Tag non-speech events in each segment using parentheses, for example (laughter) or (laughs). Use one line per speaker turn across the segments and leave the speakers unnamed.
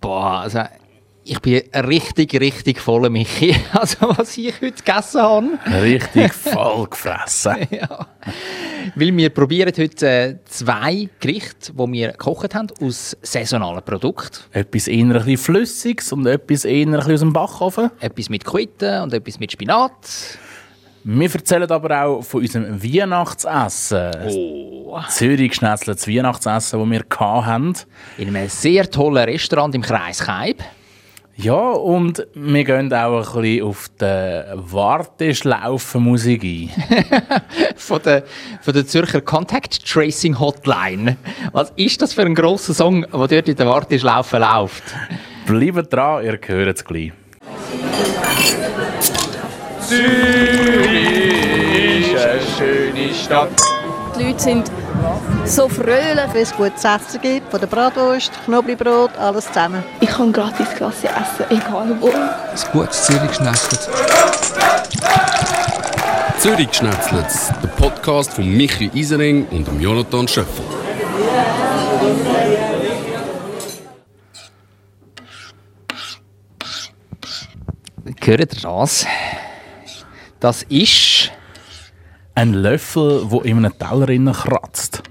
Boah, also ich bin richtig, richtig voller Michi. (laughs) Also was ich heute gegessen habe.
Richtig voll gefressen.
ja. Weil wir probieren heute äh, zwei Gerichte, die wir gekocht haben, aus saisonalen Produkten.
Etwas eher ein bisschen Flüssiges und etwas eher ein bisschen aus dem Backofen.
Etwas mit Quitten und etwas mit Spinat.
Wir erzählen aber auch von unserem Weihnachtsessen.
Oh.
Zürich geschnetzeltes Weihnachtsessen, das wir hatten.
In einem sehr tollen Restaurant im Kreis Keib.
Ja, und wir gehen auch ein bisschen auf die Warteschlaufenmusik ein.
(laughs) Von der, von der Zürcher Contact Tracing Hotline. Was ist das für ein grosser Song, der dort in der Warteschlaufe läuft?
Bleibt dran, ihr hört es gleich.
Die Leute sind so fröhlich.
Wenn es gutes Essen gibt, von der Bratwurst, Knoblauchbrot, alles zusammen.
Ich kann gratis Klasse essen, egal wo.
Ein gutes Zürich geschnetzelt. Zürich geschnetzelt. Der Podcast von Michi Isering und dem Jonathan Schöffel.
Hört ihr das? Das ist.
Ein Löffel, der in einem Teller innen kratzt.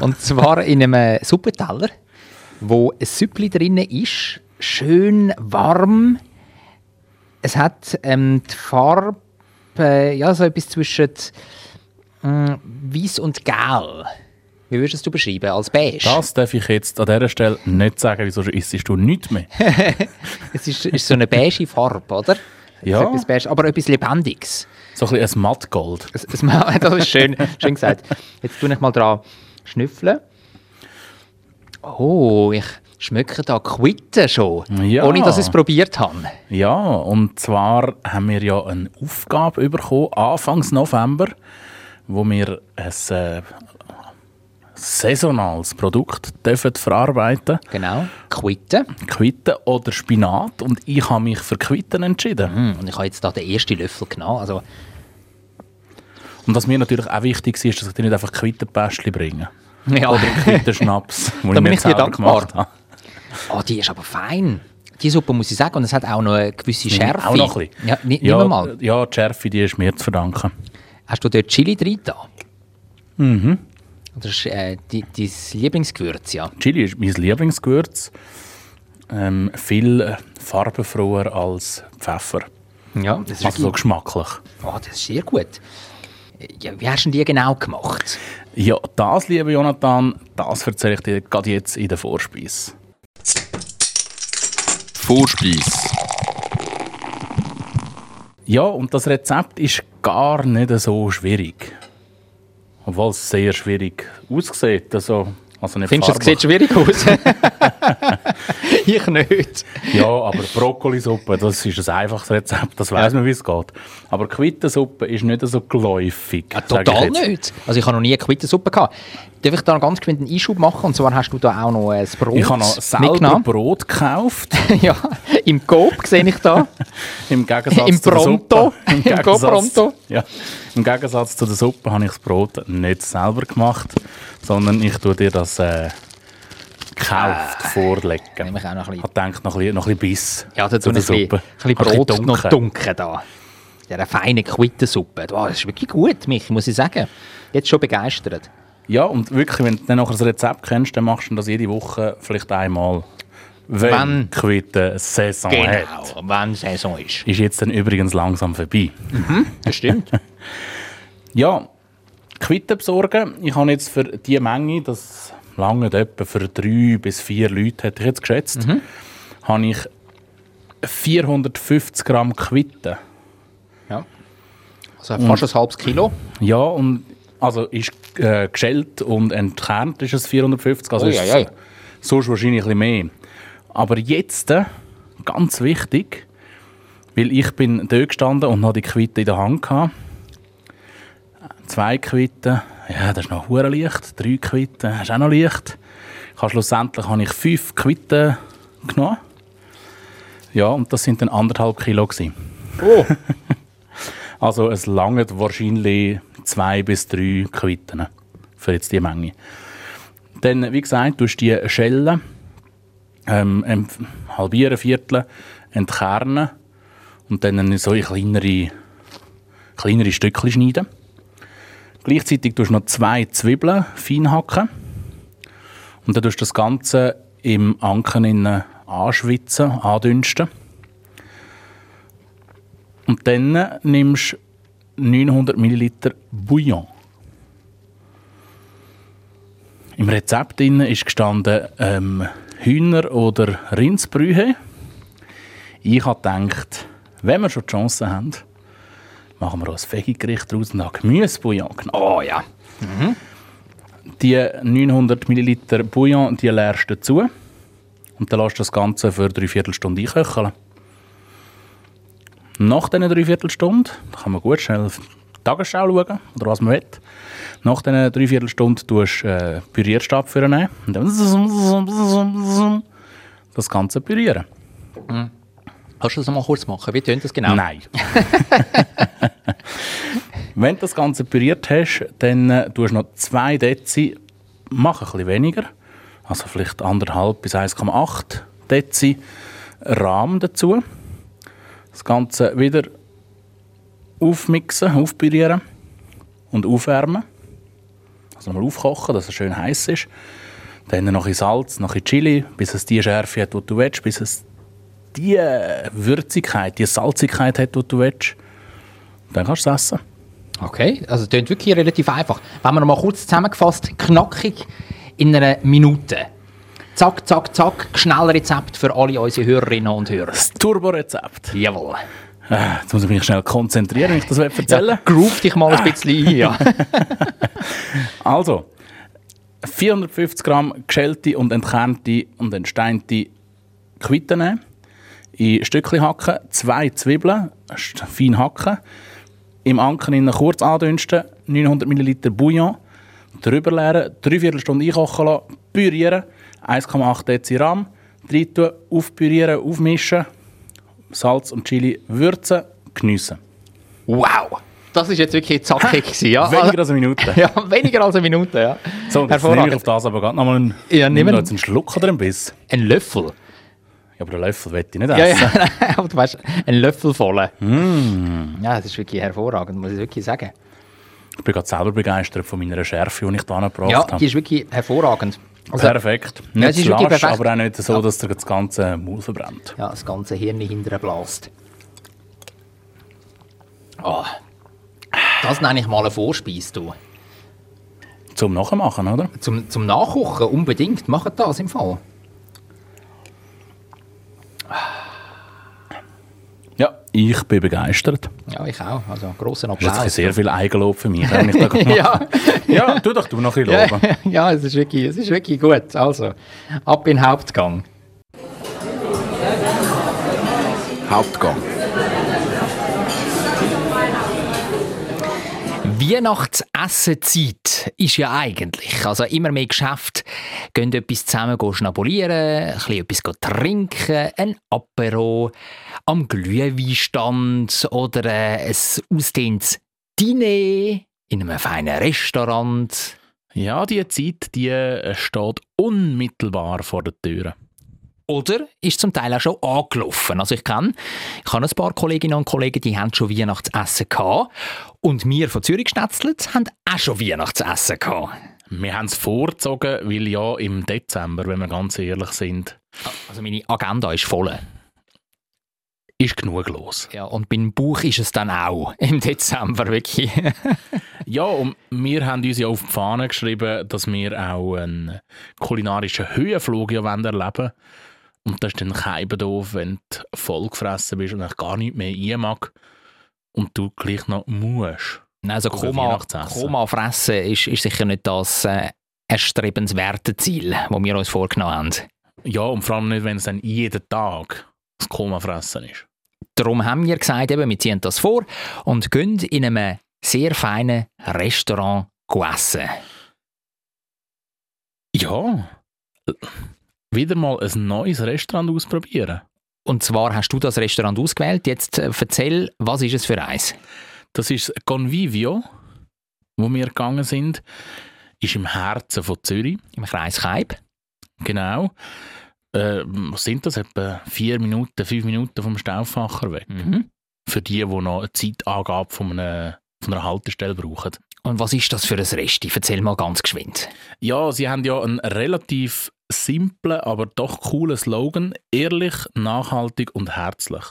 Und zwar in einem äh, Suppenteller, wo ein Süppli drin ist. Schön warm. Es hat ähm, die Farbe, äh, ja, so etwas zwischen mh, weiß und gel. Wie würdest du es beschreiben? Als beige?
Das darf ich jetzt an dieser Stelle nicht sagen, wieso isst du nichts mehr.
Es ist, ist so eine beige Farbe, oder?
Ja.
Etwas beige, aber etwas Lebendiges.
So ein bisschen ein Mattgold.
Es, es, (laughs) das ist schön, schön gesagt. Jetzt tue ich mal dran schnüffeln. Oh, ich schmecke da Quitten schon,
Ja.
ohne dass ich es probiert habe.
Ja, und zwar haben wir ja eine Aufgabe bekommen, Anfangs November, wo wir ein äh, saisonales Produkt dürfen verarbeiten
Genau, Quitten.
Quitten oder Spinat. Und ich habe mich für Quitten entschieden.
Mm, Und ich habe jetzt da den ersten Löffel genommen. Also,
Und was mir natürlich auch wichtig war, ist, dass ich dir nicht einfach Quittenpäschchen bringe.
ja. (laughs)
Quittenschnaps, den
Da
ich
bin
mir
ich dir
selber
dankbar.
gemacht habe.
oh, die ist aber fein. Die Suppe muss ich sagen, und es hat auch noch eine gewisse Schärfe.
Auch noch ein bisschen.
Ja, ni
ja,
nimm mal.
Ja, die Schärfe, die ist mir zu verdanken.
Hast du dort Chili drin da? Mhm. Das ist äh, die- dein Lieblingsgewürz, ja.
Chili ist mein Lieblingsgewürz. Ähm, viel äh, farbenfroher als Pfeffer.
Ja, das ist,
Also so geschmacklich.
oh, das ist sehr gut. Ja, wie hast du denn die genau gemacht?
Ja, das, lieber Jonathan, das erzähle ich dir gerade jetzt in der Vorspeise.
Vorspeis.
Ja, und das Rezept ist gar nicht so schwierig. Obwohl es sehr schwierig aussieht. Also, also nicht
Findest du, es
farblich.
sieht schwierig aus? (laughs) ich nicht.
Ja, aber Brokkolisuppe, das ist ein einfaches Rezept, das weiß man, wie es geht. Aber Quittensuppe ist nicht so geläufig. sag ich
Total
jetzt.
nicht. Also ich habe noch nie Quittensuppe gehabt. Darf ich da noch ganz geschwind einen Einschub machen? Und zwar hast du da auch noch ein Brot
Ich habe noch selber
mitgenommen.
Brot gekauft,
(laughs) ja, im Coop sehe ich da.
im Gegensatz
Im
zu der
Pronto. (laughs)
Suppe.
Im Go-Pronto.
Ja, Im Gegensatz zu der Suppe habe ich das Brot nicht selber gemacht, sondern ich tue dir das äh, gekauft vorlegen.
Ah. Nehme ich auch noch ein bisschen.
Ich denke, noch ein bisschen, noch ein bisschen Biss
Ja, dazu
zu
ein
der
bisschen,
Suppe.
ein bisschen
Ein
Brot
bisschen
noch
dunkel.
dunkel da. Diese feine Quittensuppe. Wow, das ist wirklich gut, Michi, muss ich sagen. Jetzt schon begeistert.
Ja, und wirklich, wenn du dann nachher das Rezept kennst, dann machst du das jede Woche vielleicht einmal.
Wenn-
Wenn, Quitten Saison
Genau.
hat.
wenn Saison ist.
Ist jetzt dann übrigens langsam vorbei.
Das stimmt.
Ja, Quitten besorgen. Ich habe jetzt für diese Menge, das lange etwa für drei bis vier Leute, hätte ich jetzt geschätzt, habe ich 450 Gramm Quitten.
ja. Also fast ein halbes Kilo.
Ja, und also ist äh, geschält und entkernt ist es 450, also ist
Uiuiui.
es sonst wahrscheinlich ein bisschen mehr. Aber jetzt, äh, ganz wichtig, weil ich bin dort gestanden und habe die Quitte in der Hand gehabt. Zwei Quitten, ja, das ist noch hure leicht. Drei Quitten, das ist auch noch leicht. Ich habe schlussendlich habe ich fünf Quitten genommen. Ja, und das sind dann anderthalb Kilo gewesen. Also es langt wahrscheinlich zwei bis drei Quitten für jetzt die Menge. Dann, wie gesagt, tust du die schellen ähm, empf- halbieren, vierteln, entkernen und dann in so in kleinere, kleinere Stückchen schneiden. Gleichzeitig tust du noch zwei Zwiebeln fein hacken und dann tust du das Ganze im Anken innen anschwitzen, andünsten. Und dann nimmst du 900 Milliliter Bouillon. Im Rezept drin ist gestanden ähm, Hühner- oder Rindsbrühe. Ich habe gedacht, wenn wir schon die Chance haben, machen wir auch ein Veggie-Gericht daraus und habe Gemüsebouillon genommen. (laughs) Oh ja! Die 900 Milliliter Bouillon die leerst du zu und dann lässt du das Ganze für drei Viertelstunde einköcheln. Nach diesen drei Viertelstunde, da kann man gut schnell auf die Tagesschau schauen oder was man will, nach diesen drei Viertelstunde tust du äh, Pürierstab für nehmen und dann (laughs) das Ganze pürieren.
Kannst du das noch mal kurz machen? Wie tönt das genau?
Nein. (laughs) Wenn du das Ganze püriert hast, dann äh, tust du noch 2 Dezi, mach ein bisschen weniger, also vielleicht 1,5 bis 1,8 Dezi Rahm dazu. Das Ganze wieder aufmixen, aufpürieren und aufwärmen. Also nochmal aufkochen, dass es schön heiß ist. Dann noch ein bisschen Salz, noch ein bisschen Chili, bis es die Schärfe hat, die du willst, bis es die Würzigkeit, die Salzigkeit hat, die du willst, dann kannst du es essen.
Okay, also tönt wirklich relativ einfach. Wenn man noch mal kurz zusammengefasst, knackig in einer Minute. Zack, zack, zack, schnell Rezept für alle unsere Hörerinnen und Hörer.
Das Turborezept.
Jawohl.
Äh, Jetzt muss ich mich schnell konzentrieren, wenn ich das erzählen will.
Groove dich mal ein bisschen ein. Ja.
Also, 450 Gramm geschälte und entkernte und entsteinte Quitten nehmen, in Stückchen hacken, zwei Zwiebeln st- fein hacken, im Anken innen kurz andünsten, 900 ml Bouillon, drüber leeren, dreiviertel Stunde einkochen lassen, pürieren, 1,8 Dezi Rahm, rein tun, aufpürieren, aufmischen, Salz und Chili würzen, geniessen.
(laughs) Wow! Das ist jetzt wirklich zackig. gewesen,
Ah,
Ja. Also,
Weniger als eine Minute.
ja, weniger als eine Minute. Ja.
So, und jetzt nehme ich auf das aber gerade nochmal einen,
Ja, nimm
nimm
ihn.
noch jetzt einen Schluck oder einen Biss.
Ein Löffel. Also.
Ja, aber den Löffel will ich nicht
Ja,
essen.
ja, (laughs) aber du weißt, ein Löffel voll. Ja, das ist wirklich hervorragend, muss ich wirklich sagen.
Ich bin gerade selber begeistert von meiner Schärfe, die ich da angebracht
Ja,
habe.
die ist wirklich hervorragend. Also,
perfekt. Nicht
Ja, es ist
zu
wirklich
lasch,
perfekt.
aber auch nicht so, dass der das ganze Maul verbrennt.
Ja, das ganze Hirn hinterher blast. Ah, Das nenne ich mal eine Vorspeise. Du.
Zum Nachmachen, oder?
Zum, zum Nachkochen unbedingt. Macht das im Fall.
Ja, ich bin begeistert.
Ja, ich auch. Also grossen
Das ist jetzt
(laughs) Applaus.
sehr viel Eigenlob für mich. Wenn ich
(laughs)
da gerade-
Ja,
ja, tu doch du noch ein bisschen
ja,
loben.
(laughs) ja es, ist wirklich, es ist wirklich gut. Also, ab in den Hauptgang.
Hauptgang.
Weihnachtsessenzeit ist ja eigentlich. Also immer mehr Geschäfte gehen etwas zusammen gehen schnabulieren, ein bisschen etwas gehen trinken, ein Apero am Glühweinstand oder äh, ein ausdehntes Diner in einem feinen Restaurant.
Ja, die Zeit die äh, steht unmittelbar vor der Tür.
Oder ist zum Teil auch schon angelaufen. Also ich kenne, ich habe ein paar Kolleginnen und Kollegen, die haben schon Weihnachtsessen gehabt. Und wir von Zürich Schnetzlet haben auch schon Weihnachtsessen gehabt.
Wir haben es vorgezogen, weil ja im Dezember, wenn wir ganz ehrlich sind,
Also meine Agenda ist voll.
ist genug los.
Ja, und beim Buch ist es dann auch (laughs) im Dezember wirklich. (laughs)
Ja, und wir haben uns ja auf die Fahne geschrieben, dass wir auch einen kulinarischen Höhenflug ja wollen erleben Und das ist dann kein doof, wenn du vollgefressen bist und eigentlich gar nicht mehr rein mag und du gleich noch musst.
Also
Oder
Koma,
Weihnachtsessen.
Koma fressen ist, ist sicher nicht das äh, erstrebenswerte Ziel, das wir uns vorgenommen haben.
Ja, und vor allem nicht, wenn es dann jeden Tag das Koma fressen ist.
Darum haben wir gesagt, eben, wir ziehen das vor und gehen in einem sehr feinen Restaurant essen.
Ja. Wieder mal ein neues Restaurant ausprobieren.
Und zwar hast du das Restaurant ausgewählt. Jetzt äh, erzähl, was ist es für eins?
Das ist das Convivio, wo wir gegangen sind. Ist im Herzen von Zürich.
Im Kreis Keib.
Genau. äh, was sind das? Etwa vier Minuten, fünf Minuten vom Stauffacher weg.
Mhm.
Für die, die noch eine Zeitangabe von einer, von einer Haltestelle brauchen.
Und was ist das für ein Resti? Erzähl mal ganz geschwind.
Ja, sie haben ja einen relativ simplen, aber doch coolen Slogan. Ehrlich, nachhaltig und herzlich.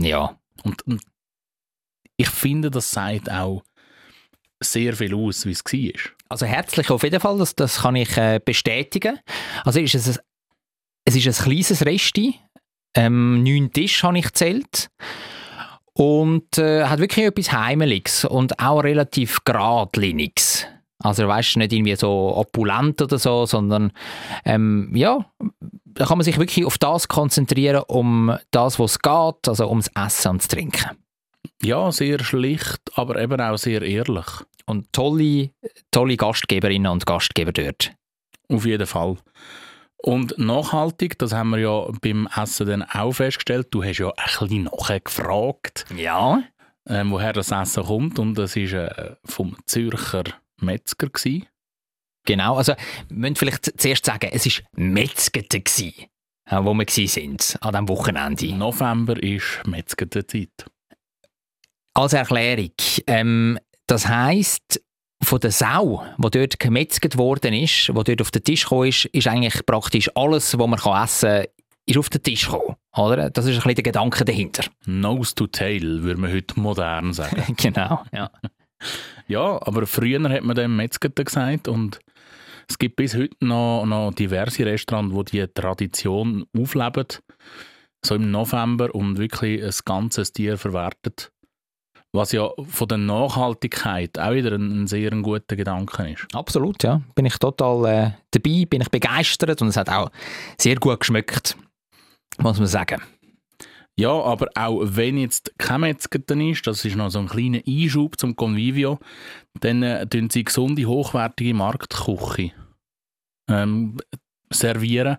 Ja.
Und, und ich finde, das sagt auch sehr viel aus, wie es war.
Also herzlich auf jeden Fall, das, das kann ich äh, bestätigen. Also ist es, ein, es ist ein kleines Resti. Ähm, neun Tisch habe ich gezählt. Und äh, hat wirklich etwas Heimeliges und auch relativ geradliniges. Also weißt du, nicht irgendwie so opulent oder so, sondern ähm, ja, da kann man sich wirklich auf das konzentrieren, um das, was es geht, also ums Essen und das Trinken.
Ja, sehr schlicht, aber eben auch sehr ehrlich.
und tolle, tolle Gastgeberinnen und Gastgeber dort.
Auf jeden Fall. Und nachhaltig, das haben wir ja beim Essen dann auch festgestellt, du hast ja ein bisschen nachher gefragt,
Ja.
ähm, woher das Essen kommt. Und das war äh, vom Zürcher Metzger. Gewesen.
Genau, also wir müssen vielleicht z- zuerst sagen, es war Metzgete, gsi, äh, wo wir gsi sind, an diesem Wochenende.
November ist Metzger-Zeit.
Als Erklärung, ähm, das heisst, von der Sau, die dort gemetzget worden ist, die dort auf den Tisch gekommen ist, ist eigentlich praktisch alles, was man kann essen kann, ist auf den Tisch gekommen. Oder? Das ist ein bisschen der Gedanke dahinter. (laughs)
Nose to tail, würde man heute modern sagen.
genau, ja.
ja, aber früher hat man dem Metzger gesagt und es gibt bis heute noch, noch diverse Restaurants, wo die Tradition aufleben. So im November und wirklich ein ganzes Tier verwertet. Was ja von der Nachhaltigkeit auch wieder ein, ein sehr guter Gedanke ist.
Absolut, ja. Bin ich total äh, dabei, bin ich begeistert und es hat auch sehr gut geschmeckt, muss man sagen.
Ja, aber auch wenn jetzt kein Metzger drin ist, das ist noch so ein kleiner Einschub zum Convivio, dann äh, tun sie gesunde, hochwertige Marktküche ähm, servieren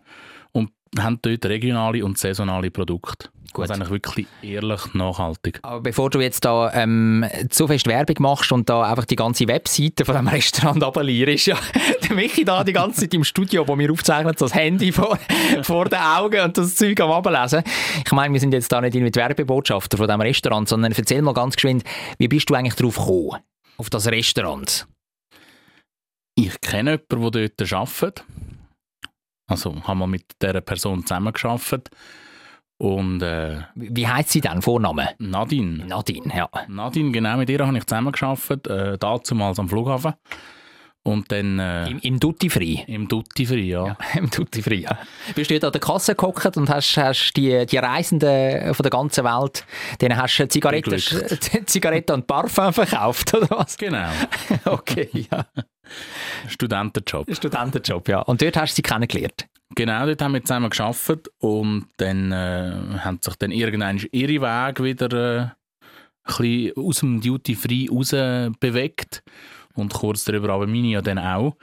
und haben dort regionale und saisonale Produkte.
Gut.
Das ist eigentlich wirklich ehrlich nachhaltig.
Aber bevor du jetzt da ähm, zu fest Werbung machst und da einfach die ganze Webseite von diesem Restaurant abonnieren, ja (laughs) der Michi da die ganze Zeit im Studio, wo wir aufzeichnen, das Handy vor, (laughs) vor den Augen und das Zeug am Ablesen. Ich meine, wir sind jetzt da nicht irgendwie die Werbebotschafter von diesem Restaurant, sondern erzähl mal ganz geschwind, wie bist du eigentlich drauf gekommen? Auf das Restaurant?
Ich kenne jemanden, der dort arbeitet. Also haben wir mit dieser Person zusammengearbeitet. Und äh,
Wie wie heisst sie denn? Vorname?
Nadine.
Nadine, ja.
Nadine, genau mit ihr habe ich zusammengearbeitet, äh, dazumals am Flughafen. Und dann äh,
Im, im Duty Free.
im Duty Free, ja.
(laughs) Im Tutti Free, ja. Bist du dort an der Kasse gehockt und hast, hast die, die Reisenden von der ganzen Welt, denen hast du Zigaretten,
Beglückt.
(laughs) Zigaretten und Parfum verkauft, oder was?
Genau,
(laughs) Okay, ja.
Studentenjob.
Studentenjob, ja. Und dort hast du sie kennengelernt.
Genau, dort haben wir zusammen geschafft und dann äh, haben sich dann irgendwann ihre Wege wieder äh, ein bisschen aus dem Duty Free raus bewegt und kurz darüber aber meine ja dann auch.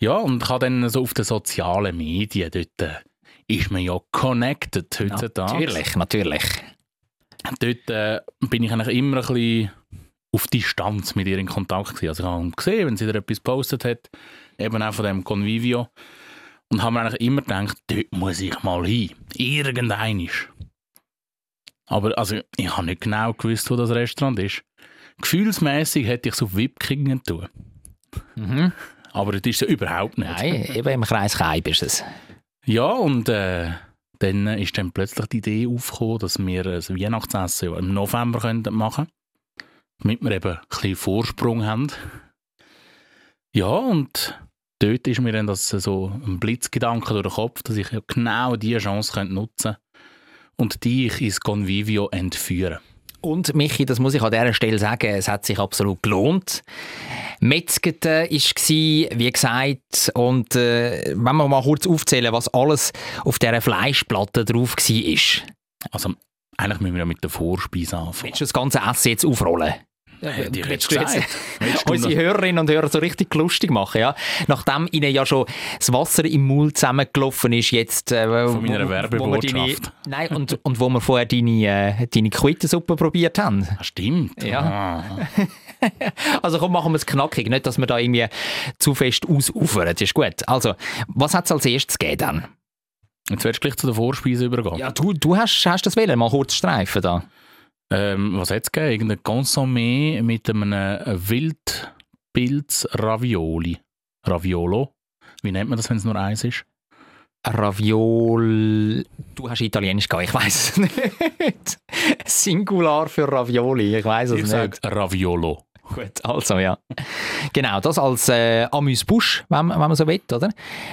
Ja, und ich habe dann so auf den sozialen Medien dort äh, ist man ja connected heutzutage.
Natürlich, natürlich.
dort äh, bin ich eigentlich immer ein bisschen auf Distanz mit ihr in Kontakt gewesen. Also ich habe gesehen, wenn sie da etwas gepostet hat, eben auch von dem Convivio. Und haben mir eigentlich immer gedacht, dort muss ich mal hin. Irgendeinisch. Aber also, ich habe nicht genau gewusst, wo das Restaurant ist. Gefühlsmäßig hätte ich es auf Wipkingen tun. Aber das ist ja überhaupt nicht.
Nein, eben im Kreis Keib ist es.
Ja, und äh, dann ist dann plötzlich die Idee aufgekommen, dass wir ein Weihnachtsessen ja im November könnten machen damit wir eben ein bisschen Vorsprung haben. Ja, und dort ist mir dann das so ein Blitzgedanke durch den Kopf, dass ich ja genau diese Chance könnte nutzen und dich ins Convivio entführen.
Und Michi, das muss ich an dieser Stelle sagen, es hat sich absolut gelohnt. Metzgete war, wie gesagt, und äh, wenn wir mal kurz aufzählen, was alles auf dieser Fleischplatte drauf war.
Also eigentlich müssen wir ja mit der Vorspeise anfangen.
Willst du das ganze Essen jetzt aufrollen?
Hätte ich
äh, willst
jetzt
du jetzt-
gesagt. Willst
(laughs)
du
Unsere
noch-
Hörerinnen und Hörer so richtig lustig machen, ja? Nachdem ihnen ja schon das Wasser im Mund zusammengelaufen ist, jetzt... Äh,
Von meiner
wo- wo wir
Werbebotschaft.
deine- Nein, und, und wo wir vorher deine, äh, deine Quittensuppe probiert haben.
Ah, Stimmt.
Ja.
Ah.
Also komm, machen wir es knackig, nicht, dass wir da irgendwie zu fest ausufern. Das ist gut. Also, was hat es als erstes gegeben dann?
Jetzt willst du gleich zu der Vorspeise übergehen.
Ja, du, du hast, hast das wählen, mal kurz streifen da.
Ähm, was hat es gegeben? Irgendein Consommé mit einem Wildpilz-Ravioli. Raviolo? Wie nennt man das, wenn es nur eins ist?
Raviol. Du hast Italienisch gehabt, ich weiß es nicht. Singular für Ravioli, ich weiß es
ich
nicht.
sage Raviolo.
Gut, also ja. Genau, das als äh, Amüs-Busch, wenn, man- wenn man so will, oder?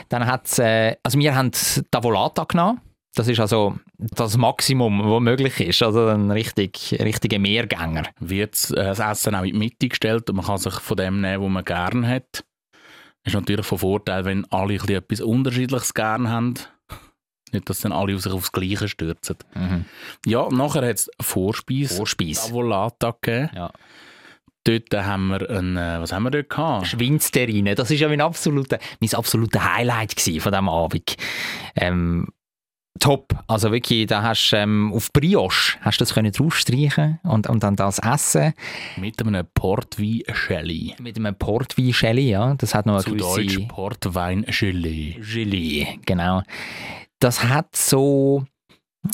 Dann hat's, äh, also wir haben Tavolata genommen. Das ist also das Maximum, was möglich ist. Also ein richtig, richtiger Mehrgänger.
Wird äh, das Essen auch in die Mitte gestellt und man kann sich von dem nehmen, was man gern hat. Ist natürlich von Vorteil, wenn alle ein bisschen etwas Unterschiedliches gern haben. Nicht, dass dann alle sich aufs Gleiche stürzen. Ja, nachher hat es Vorspeise.
Vorspeise.
Tavolata gegeben.
Ja.
Dort haben wir einen, äh, was haben wir dort
Ah.
gehabt?
Schwinsterine, das ist ja mein absoluter, mein absoluter Highlight gewesen von diesem Abend. Ähm, top, also wirklich, da hast du ähm, auf Brioche hast du das können draufstreichen und, und dann das essen
Mit einem Portwein-Shelly.
mit einem Portwein Shelly, ja, das hat noch eine
Zu
gewisse
Deutsch Portwein-Gelee.
Gelee, genau. Das hat so,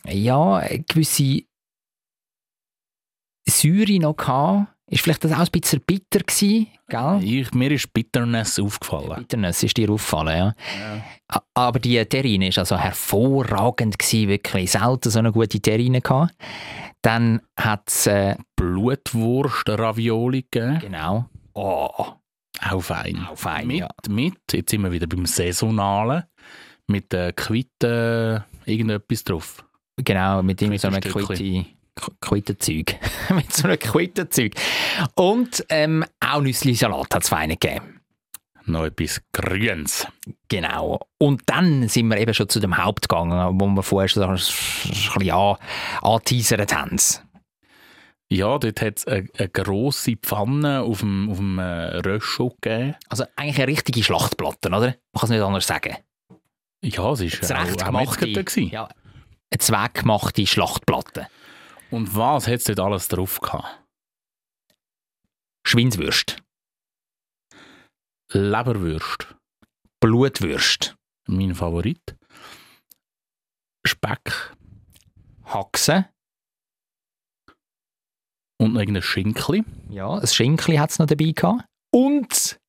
ja, eine gewisse Säure noch gehabt. Ist vielleicht das auch ein bisschen bitter gewesen, gell?
Ich, mir ist Bitterness aufgefallen.
Bitterness ist dir auffallen, ja. A- Aber die Terrine war also hervorragend, gewesen, wirklich selten so eine gute Terrine gehabt. Dann hat es, äh,
Blutwurst-Ravioli gegeben.
genau, oh,
Auch fein.
Auch fein,
mit,
ja.
mit, jetzt sind wir wieder beim Saisonalen, mit der Quitte äh, irgendetwas drauf.
genau, mit irgend so einem
Quittenstückchen.
Quitte- Qu- Quittenzeug. (laughs) mit so einem Quittenzeug. Und ähm, auch Nüssli-Salat hat es feine gegeben.
Noch etwas Grünes.
Genau. Und dann sind wir eben schon zu dem Hauptgang, wo wir vorher schon so ein bisschen an- angeteasert haben.
Ja, dort hat es eine, eine grosse Pfanne auf dem, auf dem äh, Röschel gegeben.
Also eigentlich eine richtige Schlachtplatte, oder? Man kann es nicht anders sagen.
Ja, es ist auch,
zurecht
auch Metzger
gemachte,
gewesen.
ja, eine zweckgemachte Schlachtplatte.
Und was hat es dort alles drauf gehabt?
Schweinswürst,
Leberwürst,
Blutwürst,
mein Favorit. Speck
Haxen,
und noch irgendein Schinkli.
ja, ein Schinkli hat es noch dabei gehabt. Und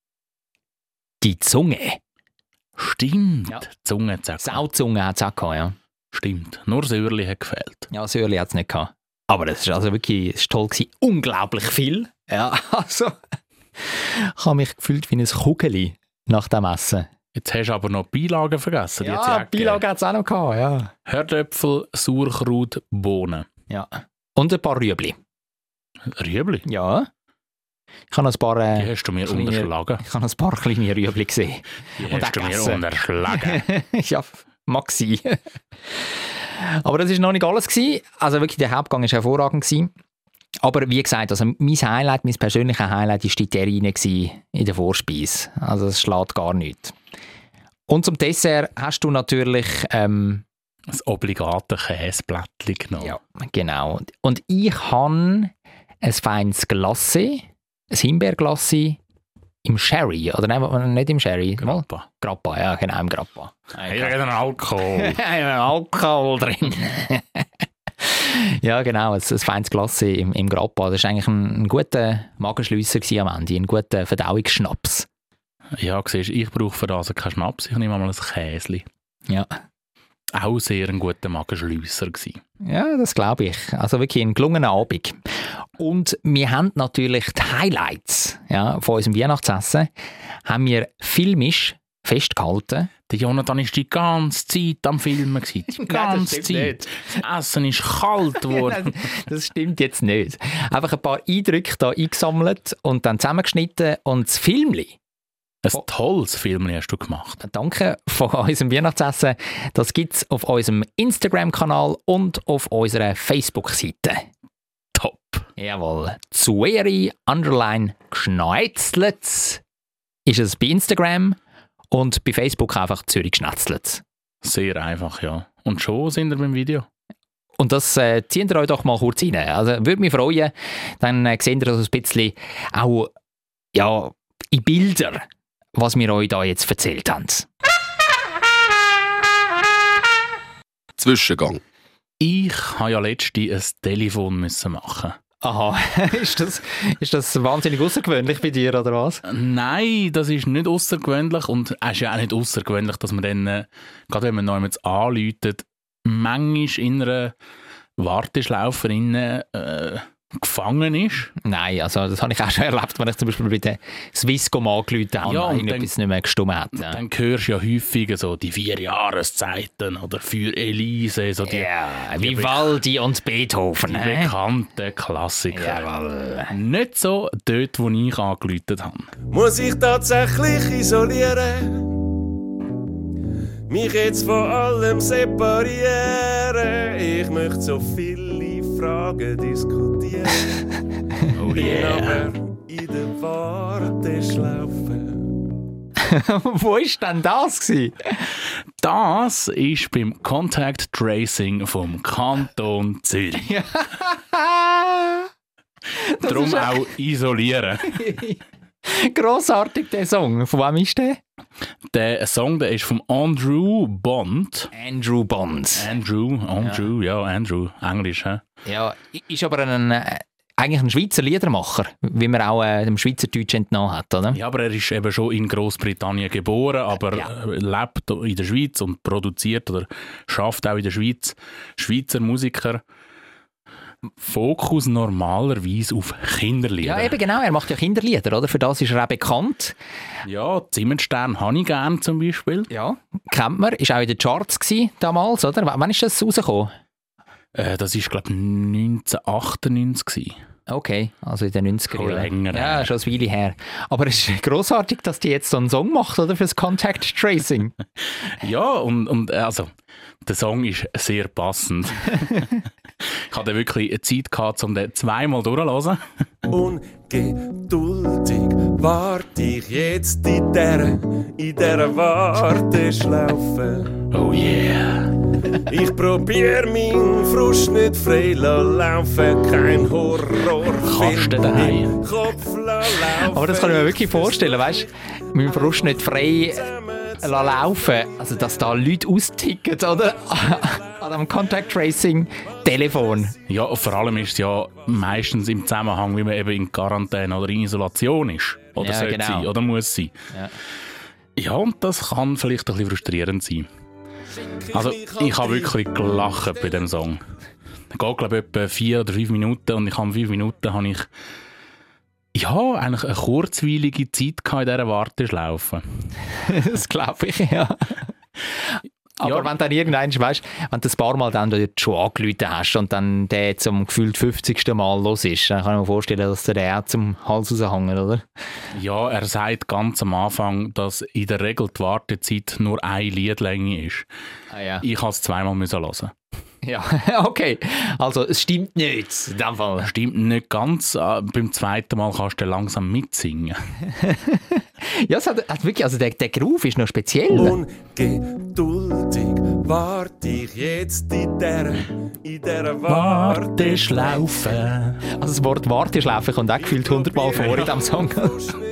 die Zunge.
Stimmt,
Ja.
Zunge zack.
Sauzunge hat es auch gehabt, ja.
Stimmt, nur Säurli hat gefehlt.
Ja, das Öhrli hat es nicht gehabt. Aber das war also wirklich es ist toll. Gewesen. Unglaublich viel. Ja, (laughs) also. Ich habe mich gefühlt wie ein Kugeli nach dem Essen.
Jetzt hast du aber noch die Beilagen vergessen. die hat's
ja,
auch gegeben.
Beilage hat es auch noch gehabt, ja.
Herdöpfel, Sauerkraut, Bohnen.
ja. Und ein paar Rüebli.
Rüebli,
Ja. Ich habe noch ein paar...
die
Äh,
hast du mir
kleine-
unterschlagen.
Ich habe ein paar kleine Rüebli gesehen.
Die
Und
hast du mir
gegessen. (laughs)
unterschlagen.
ja, mag sein. Aber das war noch nicht alles. Gewesen. Also wirklich, der Hauptgang war hervorragend. Gewesen. Aber wie gesagt, also mein Highlight, mein persönliches Highlight war die Terrine gewesen in der Vorspeise. Also es schlägt gar nichts. Und zum Dessert hast du natürlich... Ähm,
Das obligate Käseblättchen genommen.
ja, genau. Und ich habe ein feines Glacé, ein Himbeerglacé im Sherry. Oder nein, nicht im Sherry. Mal.
Grappa.
Grappa, ja genau, im Grappa.
Hey, da hat er
(laughs)
Alkohol.
Alkohol drin. (laughs) ja, genau, ein, ein feines Glas im, im Grappa. Das war eigentlich ein, ein guter Magenschliesser gewesen am Ende, ein guter Verdauungsschnaps.
ja, siehst du, ich brauche für das keinen Schnaps, ich nehme mal ein Käsli.
Ja.
Auch sehr ein guter Magenschliesser gewesen.
Ja, das glaube ich. Also wirklich ein gelungener Abend. Und wir haben natürlich die Highlights ja, von unserem Weihnachtsessen haben wir filmisch festgehalten. (laughs)
Der Jonathan war die ganze Zeit am Filmen. Gewesen. Die ganze
stimmt
Zeit. Das Essen ist kalt geworden.
Das stimmt jetzt nicht. Einfach ein paar Eindrücke da eingesammelt und dann zusammengeschnitten und das Filmli.
ein tolles Film hast du gemacht.
Danke von unserem Weihnachtsessen. Das gibt es auf unserem Instagram-Kanal und auf unserer Facebook-Seite.
Top.
Jawohl. Zueri underline Schneizlitz ist es bei Instagram und bei Facebook einfach Zürich Schnetzlitz.
Sehr einfach, ja. Und schon sind wir beim Video.
Und das äh, zieht ihr euch doch mal kurz rein. Also würde mich freuen. Dann äh, seht ihr das ein bisschen auch ja, in Bildern, was wir euch da jetzt erzählt haben.
Zwischengang.
Ich habe ja letztens ein Telefon müssen machen.
Aha, (laughs) ist das, ist das wahnsinnig außergewöhnlich bei dir, oder was?
Nein, das ist nicht außergewöhnlich und es ist ja auch nicht außergewöhnlich, dass man dann, äh, gerade wenn man noch jemanden anläutet, manchmal in einer Warteschlaufe drinnen, äh, gefangen ist.
Nein, also das habe ich auch schon erlebt, wenn ich zum Beispiel bei den Swisscom angerufen habe
Ja,
ja,
und
und irgendetwas nicht mehr gestummt hat. ne? Ja.
Dann hörst du ja häufig so die vier Jahreszeiten oder für Elise, so die,
ja, Vivaldi und Beethoven. ne?
die
hä?
bekannten Klassiker.
Jawohl.
Nicht so dort, wo ich angeläutet habe.
muss ich tatsächlich isolieren. Mich jetzt von allem separieren. Ich möchte so viele Fragen diskutieren.
Oh
Bin aber in der Warteschlaufe.
(laughs) Wo ist denn das gewesen?
Das ist beim Contact Tracing vom Kanton Zürich. Darum auch isolieren.
(laughs) Grossartig, der Song. Von wem ist der?
Der Song der ist von Andrew Bond.
Andrew Bond.
Andrew, Andrew, ja, Andrew, Englisch, hä?
Ja, ist aber ein, äh, eigentlich ein Schweizer Liedermacher, wie man auch äh, dem Schweizerdeutsch entnommen hat, oder?
Ja, aber er ist eben schon in Großbritannien geboren, aber
Ja.
äh, lebt in der Schweiz und produziert oder schafft auch in der Schweiz. Schweizer Musiker. Fokus normalerweise auf Kinderlieder.
Ja, eben genau, er macht ja Kinderlieder, oder? Für das ist er auch bekannt.
Ja, Zimmerstern habe ich gern zum Beispiel.
Ja. Kennt man, ist auch in den Charts gewesen, damals, oder? W- Wann ist das rausgekommen?
Äh, das war, glaube ich, 1998. Gewesen.
Okay, also in den 90er
Schon länger
Ja,
her.
schon eine Weile her. Aber es ist grossartig, dass die jetzt so einen Song macht, oder? Fürs Contact Tracing.
Ja, und, und äh, also, der Song ist sehr
(laughs)
passend. ich hatte wirklich Zeit, gehabt, um den zweimal durchzuhören.
Ungeduldig warte ich jetzt in der, in der Warteschlaufe.
Oh yeah.
Ich probier meinen Frust nicht frei la laufen, kein Horror.
Kannst du daheim?
Kopf la laufen.
Aber das kann ich mir wirklich vorstellen, weißt du? Mit dem Frust nicht frei lassen laufen. Also, dass da Leute austicken, oder? (laughs) An dem Contact Tracing Telefon. (laughs)
Ja, und vor allem ist es ja meistens im Zusammenhang, wie man eben in Quarantäne oder in Isolation ist. Oder
Ja,
sollte
genau.
sein, oder muss sein.
Ja.
ja, und das kann vielleicht ein bisschen frustrierend sein. Also, ich habe wirklich gelacht bei dem Song. Er geht, glaube ich, etwa vier oder fünf Minuten und ich habe fünf Minuten habe ich ja, eigentlich eine kurzweilige Zeit gehabt in dieser Warteschlaufe.
Das glaube ich, ja. Aber
Ja.
wenn dann irgendein, weißt, wenn du ein paar Mal dann dort schon angeläutet hast und dann der zum gefühlt 50. Mal los ist, dann kann ich mir vorstellen, dass der der auch zum Hals raushängt, oder?
Ja, er sagt ganz am Anfang, dass in der Regel die Wartezeit nur eine Liedlänge ist.
Ah, ja.
Ich habe es zweimal müssen hören.
Ja, (laughs) okay. Also, es stimmt nicht, in dem Fall.
Stimmt nicht ganz. äh, Beim zweiten Mal kannst du langsam mitsingen.
Ja, es hat, hat wirklich, also der, der Groove ist noch speziell.
Ungeduldig warte ich jetzt in der, in der Warteschlaufe.
Also das Wort Warteschlaufe kommt auch gefühlt 100 Mal vor in diesem Song.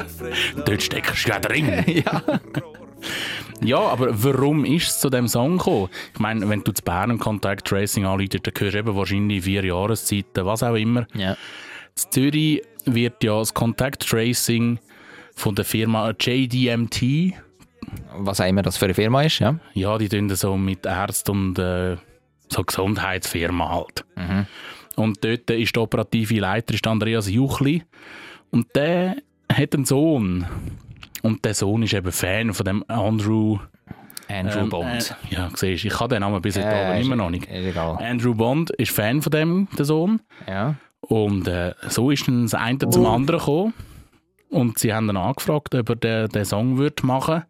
(laughs) Dort steckst du ja drin.
ja.
ja, aber warum ist es zu diesem Song gekommen? Ich meine, wenn du zu Bern im Contact Tracing anläutest, dann hörst du eben wahrscheinlich vier Jahreszeiten, was auch immer.
ja.
In Zürich wird ja das Contact Tracing von der Firma JDMT,
Was auch immer das für eine Firma ist, ja.
ja, die tun das so mit Ärzten und äh, so Gesundheitsfirma halt.
Mhm.
Und dort ist der operative Leiter ist Andreas Juchli. Und der hat einen Sohn. Und der Sohn ist eben Fan von dem Andrew
Andrew
ähm,
Bond.
Äh, ja, siehst du, ich habe den Namen bis heute Abend
ist-
immer noch nicht.
Ist egal.
Andrew Bond ist Fan von dem, der Sohn.
Ja.
Und äh, so ist dann das eine zum anderen gekommen. Und sie haben dann angefragt, ob er den, den Song würde machen würde.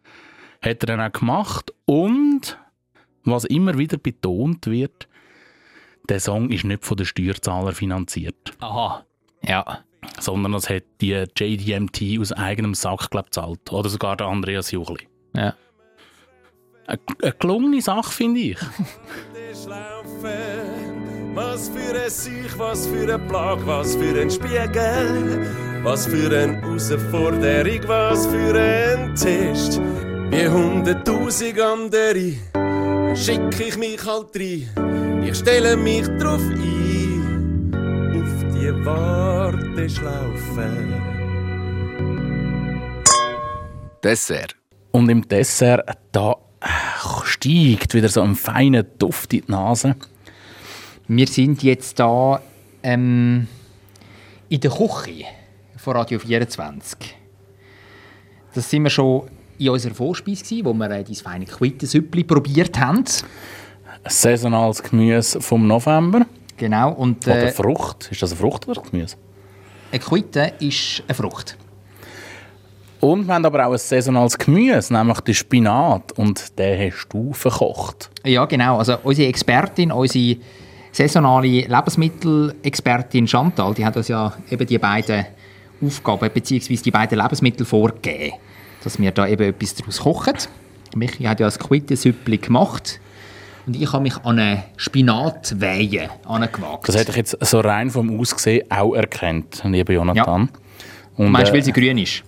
Hat er dann auch gemacht. Und was immer wieder betont wird, der Song ist nicht von den Steuerzahlern finanziert,
Aha. Ja.
sondern das hat die JDMT aus eigenem Sack glaub, gezahlt. Oder sogar der Andreas Juchli.
Ja.
Eine, eine gelungene Sache, finde ich.
Was für ein Sieg, was für ein Plag, was für ein Spiegel, was für eine Herausforderung, was für ein Test. Wie hunderttausend andere schick ich mich halt rein. Ich stelle mich drauf ein, auf die Warteschlaufe.
Dessert.
Und im Dessert, da äh, steigt wieder so ein feiner Duft in die Nase.
Wir sind jetzt da ähm, in der Küche von Radio 24. Das sind wir schon in unserer Vorspeise, gewesen, wo wir äh, dein feine Quittensüppli probiert haben.
Saisonales Gemüse vom November.
Genau, und
Oder
äh,
Frucht. Ist das eine Frucht oder Gemüse?
eine Quitte ist eine Frucht.
Und wir haben aber auch ein saisonales Gemüse, nämlich den Spinat. Und den hast du verkocht.
Ja, genau. Also unsere Expertin, unsere saisonale Lebensmittelexpertin Chantal, die hat uns ja eben die beiden Aufgaben bzw. die beiden Lebensmittel vorgegeben, dass wir da eben etwas daraus kochen. Michi hat ja ein Quittensüppli gemacht und ich habe mich an eine Spinatweihe angewagt.
Das hätte ich jetzt so rein vom Aussehen auch erkannt, lieber Jonathan. Und,
Meinst du, weil
äh,
sie grün ist?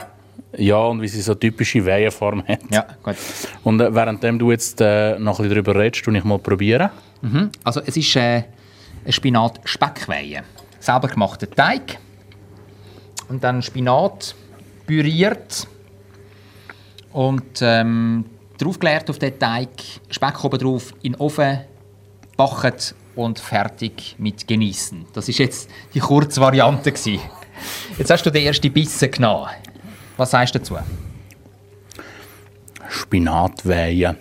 ja, und wie sie so typische (laughs) Wehenform hat.
Ja, gut.
Und äh, währenddem du jetzt äh, noch ein bisschen darüber redest, tu ich mal probieren.
Also es ist äh, eine Spinat-Speckweihe. Selber gemachter Teig. Und dann Spinat püriert. Und ähm, draufgeleert auf den Teig. Speck oben drauf, in den Ofen backen und fertig mit genießen. Das ist jetzt die Kurzvariante. gewesen. Jetzt hast du den ersten Bissen genommen. Was sagst du dazu?
Spinatwehen.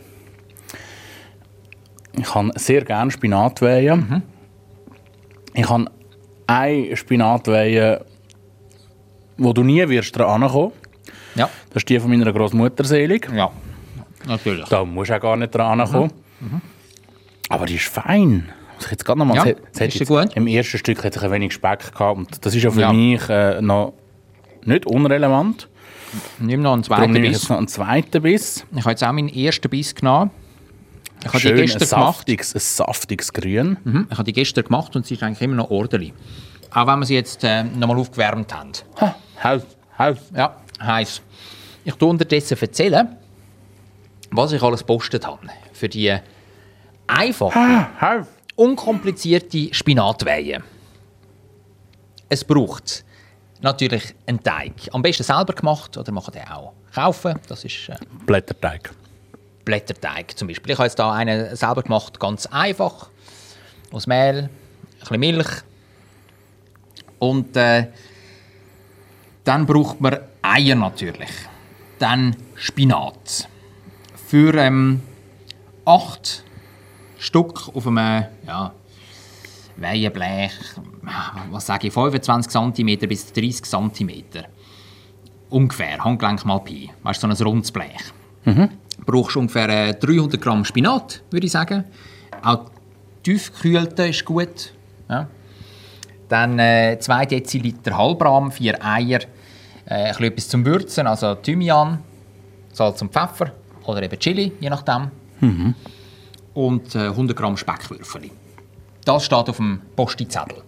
Ich habe sehr gerne Spinatwehen.
Mhm.
Ich habe eine Spinatwehe, wo du nie wirst dran kommen.
Ja,
Das ist die von meiner Großmutter selig.
ja, Mhm. natürlich.
Da musst du auch gar nicht dran kommen. Aber die ist fein. Muss ich Jetzt gerade noch mal,
Ja,
es hat- es hat
ist sie
jetzt-
gut?
Im ersten Stück hatte ich ein wenig Speck gehabt. Und das ist ja für
Ja.
mich äh, noch nicht unrelevant.
Nimm noch einen
Darum
zweiten
nehme ich
Biss.
jetzt noch einen zweiten Biss.
Ich habe jetzt auch meinen ersten Biss genommen. Ich habe die
Schön, ein
gestern gemacht.
saftiges, ein saftiges Grün.
Mhm, Ich habe die gestern gemacht und sie ist eigentlich immer noch ordentlich. Auch wenn wir sie jetzt äh, nochmal aufgewärmt haben.
Haus, Haus.
Ja, heiß. Ich tue unterdessen erzählen, was ich alles postet habe für die äh, einfache,
Haus.
unkomplizierte Spinatweihe. Es braucht natürlich einen Teig. Am besten selber gemacht oder machen den auch kaufen. Das ist äh,
Blätterteig.
Blätterteig zum Beispiel. Ich habe jetzt da einen selber gemacht, ganz einfach. Aus Mehl, ein bisschen Milch. Und äh, dann braucht man Eier natürlich. Dann Spinat. Für ähm, acht Stück auf einem ja, Weihenblech, was sage ich, 25 cm bis 30 cm. Ungefähr, Handgelenk mal Pi. Weißt du, so ein rundes Blech brauchst ungefähr äh, 300 Gramm Spinat, würde ich sagen. Auch tiefgekühlte ist gut. Ja. Dann 2 Deziliter Halbrahm, 4 Eier, äh, ein bisschen etwas zum Würzen, also Thymian, Salz und Pfeffer oder eben Chili, je nachdem. Mhm. Und äh, 100 Gramm Speckwürfel. Das steht auf dem Postizettel.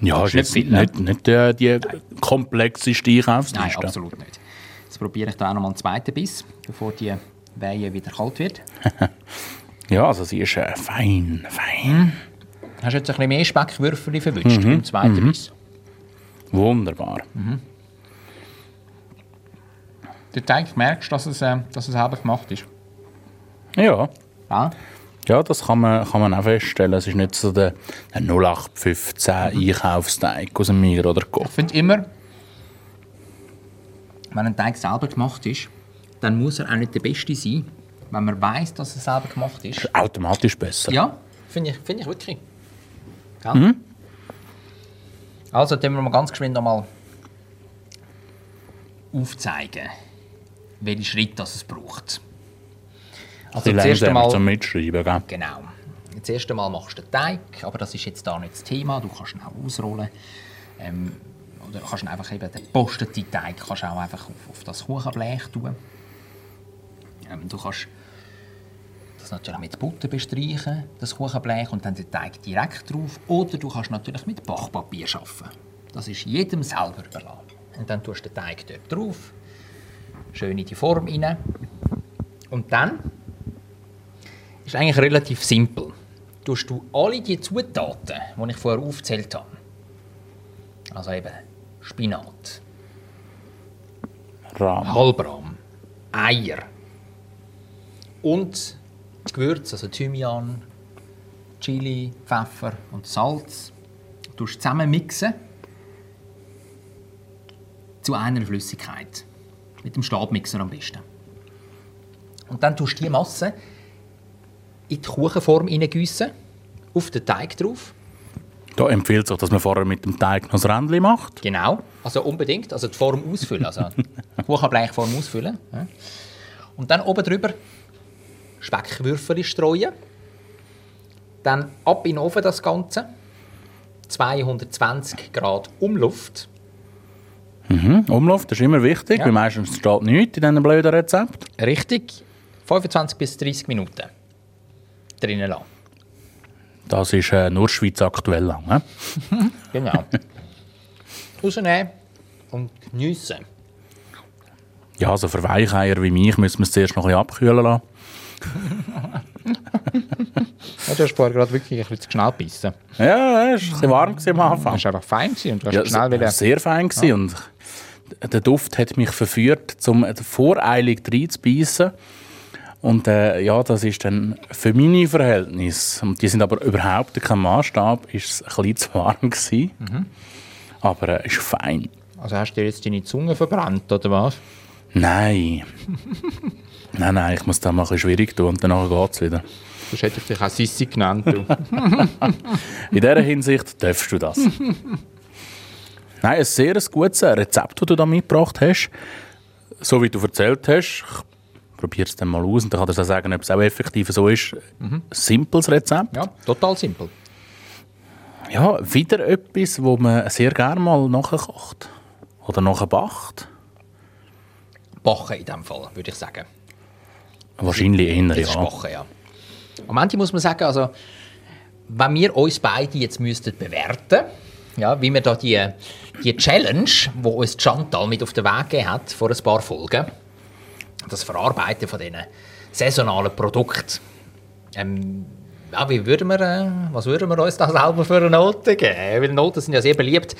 Ja,
nicht
ist jetzt
viel,
nicht,
ne?
nicht, äh, die komplexeste
Nein,
Einkaufsliste.
absolut nicht. Jetzt probiere ich da auch noch mal einen zweiten Biss, bevor die Wehe wieder kalt wird.
Ja, also sie ist äh, fein, fein.
Hast du jetzt ein bisschen mehr Speckwürfel verwünscht im zweiten Biss? Mhm.
Wunderbar.
Du Teig merkst, dass es, äh, dass es halb gemacht ist.
Ja.
Ja?
ja, das kann man, kann man auch feststellen. Es ist nicht so der, der 0815 Einkaufsteig aus dem Meer oder
Ich
Kopf.
finde immer, wenn ein Teig selber gemacht ist, dann muss er auch nicht der beste sein, wenn man weiß, dass er selber gemacht ist.
Automatisch besser.
Ja, Hm? finde ich, find ich wirklich. Ja. Also, dann wir mal ganz geschwind nochmal aufzeigen, welchen Schritt das es braucht. Also,
Die
das erste
Lernsämmer
Mal.
zum Mitschreiben. Gell?
Genau. Das erste Mal machst du den Teig, aber das ist jetzt da nicht das Thema. Du kannst ihn auch ausrollen. Ähm, oder kannst ihn einfach eben den posteten Teig kannst du auch einfach auf, auf das Kuchenblech tun. Ähm, du kannst das natürlich mit Butter bestreichen, das Kuchenblech, und dann den Teig direkt drauf. Oder du kannst natürlich mit Bachpapier arbeiten. Das ist jedem selber überlassen. Und dann tust du den Teig dort drauf, schön in die Form rein. Und dann ist eigentlich relativ simpel. Tust du alle die Zutaten, die ich vorher aufgezählt habe, also eben Spinat,
Rahm.
Halbrahm, Eier und die Gewürze, also Thymian, Chili, Pfeffer und Salz, tust du zusammen mixen zu einer Flüssigkeit. Mit dem Stabmixer am besten. Und dann tust du die Masse in die Kuchenform hineingießen, auf den Teig drauf.
Da empfiehlt sich, dass man vorher mit dem Teig noch das Rändchen macht.
Genau, also unbedingt, also die Form ausfüllen, (laughs) also die Kuchenbleichform ausfüllen. ja. Und dann oben drüber Speckwürfel streuen. Dann ab in den Ofen das Ganze. 220 Grad Umluft.
Hm? Umluft ist immer wichtig, weil meistens steht nichts in diesen blöden Rezept.
Richtig, 25 bis 30 Minuten drinnen lassen.
Das ist äh, nur Schweiz aktuell lang. Ne?
Genau. (laughs) Rausnehmen und geniessen.
Ja, also für Weicheier wie mich müssen wir es zuerst noch ein bisschen abkühlen lassen.
Ja, du hast vorher gerade wirklich ein bisschen zu schnell gebissen.
Ja, es war ein bisschen warm gewesen am Anfang.
Das war einfach fein gewesen und du hast
Ja,
schnell wieder...
es- sehr fein gewesen. und der Duft hat mich verführt, zum voreilig reinzubeissen. Und äh, ja, das ist dann für meine Verhältnisse, und die sind aber überhaupt kein Maßstab, ist es ein bisschen zu warm gewesen.
Mhm.
Aber es äh, ist fein.
Also hast du dir jetzt deine Zunge verbrannt, oder was? (laughs)
Nein. nein, nein, ich muss das mal ein bisschen schwierig tun und danach geht es wieder.
Sonst hätte ich dich auch Sissi genannt. du.
In dieser Hinsicht darfst du (laughs) das. Nein, ein sehr gutes Rezept, das du da mitgebracht hast. So wie du erzählt hast, ich probiere es dann mal aus und dann kann ich dir sagen, ob es auch effektiv so ist. Ein simples Rezept.
ja, total simpel.
Ja, wieder etwas, wo man sehr gerne mal nachkocht. Oder nachbackt.
Backen in dem Fall, würde ich sagen.
Wahrscheinlich eher,
Das ist
ja.
Backen, ja. Am Ende muss man sagen, also, wenn wir uns beide jetzt müssten bewerten ja, wie wir da die, die Challenge, die uns die Chantal mit auf den Weg gegeben hat, vor ein paar Folgen, das Verarbeiten von diesen saisonalen Produkten, ähm, ja, wie würden wir, äh, was würden wir uns da selber für eine Note geben? Weil Noten sind ja sehr beliebt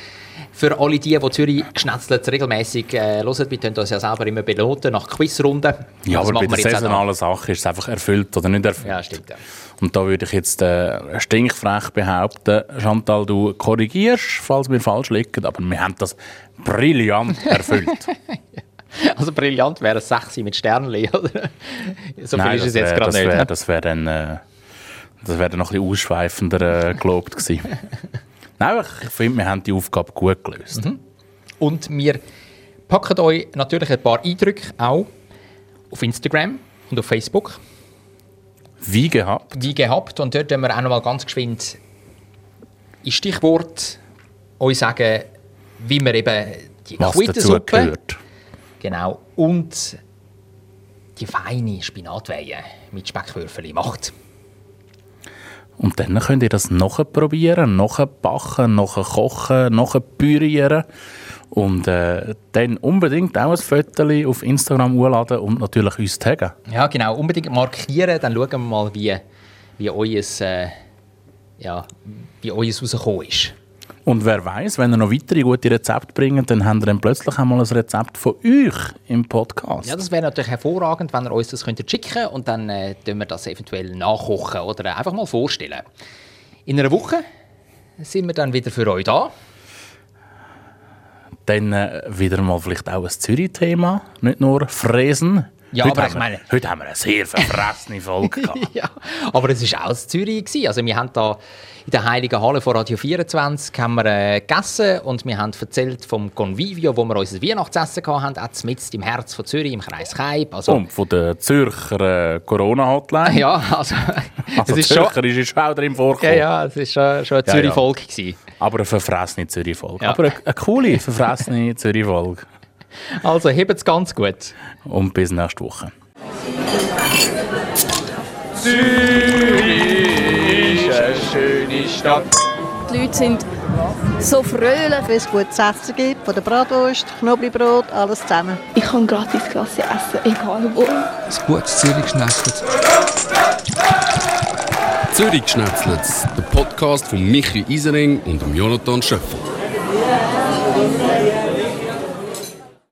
für alle die, die Zürich geschnetzelt regelmässig äh, hören. Wir tun uns ja selber immer benoten nach Quizrunden.
Ja,
Das
aber bei
machen
der
wir jetzt auch da.
saisonalen Sache ist es einfach erfüllt oder nicht erfüllt.
Ja, stimmt. Ja.
Und da würde ich jetzt äh, stinkfrech behaupten, Chantal, du korrigierst, falls wir falsch liegen, aber wir haben das
(laughs)
brillant erfüllt.
Also brillant wäre es 6 mit Sternli, (laughs) oder? So viel ist es jetzt
wär-
gerade
das
nicht.
wär-
ne?
das wäre dann, äh, das wär dann noch ein bisschen ausschweifender äh, gelobt gewesen.
(laughs)
Nein, aber ich finde, wir haben die Aufgabe gut gelöst.
Mhm. Und wir packen euch natürlich ein paar Eindrücke auch auf Instagram und auf Facebook,
Wie gehabt.
wie gehabt. Und dort können wir auch nochmal ganz geschwind in Stichwort euch sagen, wie wir eben die
Was dazu
Quittensuppe
gehört.
genau, und die feine Spinatweihe mit Speckwürfeln macht.
Und dann könnt ihr das noch probieren, noch backen, noch kochen, noch pürieren. Und äh, dann unbedingt auch ein Foto auf Instagram hochladen und natürlich uns taggen.
Ja, genau. Unbedingt markieren, dann schauen wir mal, wie, wie euer äh, ja, wie euer rausgekommen ist.
Und wer weiß, wenn ihr noch weitere gute Rezepte bringt, dann habt ihr dann plötzlich einmal ein Rezept von euch im Podcast.
Ja, das wäre natürlich hervorragend, wenn ihr uns das könntet schicken und dann äh, tun wir das eventuell nachkochen oder einfach mal vorstellen. In einer Woche sind wir dann wieder für euch da.
Dann äh, wieder mal vielleicht auch ein Zürich-Thema, nicht nur Fräsen.
Ja,
heute
aber
haben
ich
wir-
meine-
Heute haben wir eine
(laughs)
sehr verfressene Folge gehabt.
ja, aber es war auch in Zürich. Gewesen. Also wir haben da in der Heiligen Halle von Radio 24 haben wir, äh, gegessen und wir haben erzählt vom Convivio, wo wir unser Weihnachtsessen hatten, auch mitten im Herz von Zürich, im Kreis Keib. Also,
Und von der Zürcher äh, Corona-Hotline.
Ja, also,
Also
es ist schon,
Zürcher ist, ist auch drin vorgekommen.
ja, ja, es ist schon, schon eine
Ja, ja.
Zürich-Folge gewesen.
Aber eine verfressene Zürich-Folge.
Ja.
Aber eine, eine coole verfressene Zürich-Folge.
Also, hebt es ganz gut.
Und bis nächste Woche.
Die Leute sind so fröhlich.
Wenn es gutes Essen gibt, von der Bratwurst, Knoblauchbrot, alles zusammen.
Ich kann gratis Klasse essen, egal wo.
Ein gutes Zürich geschnetzelt. Zürich geschnetzelt. Der Podcast von Michi Isering und dem Jonathan Schöffel.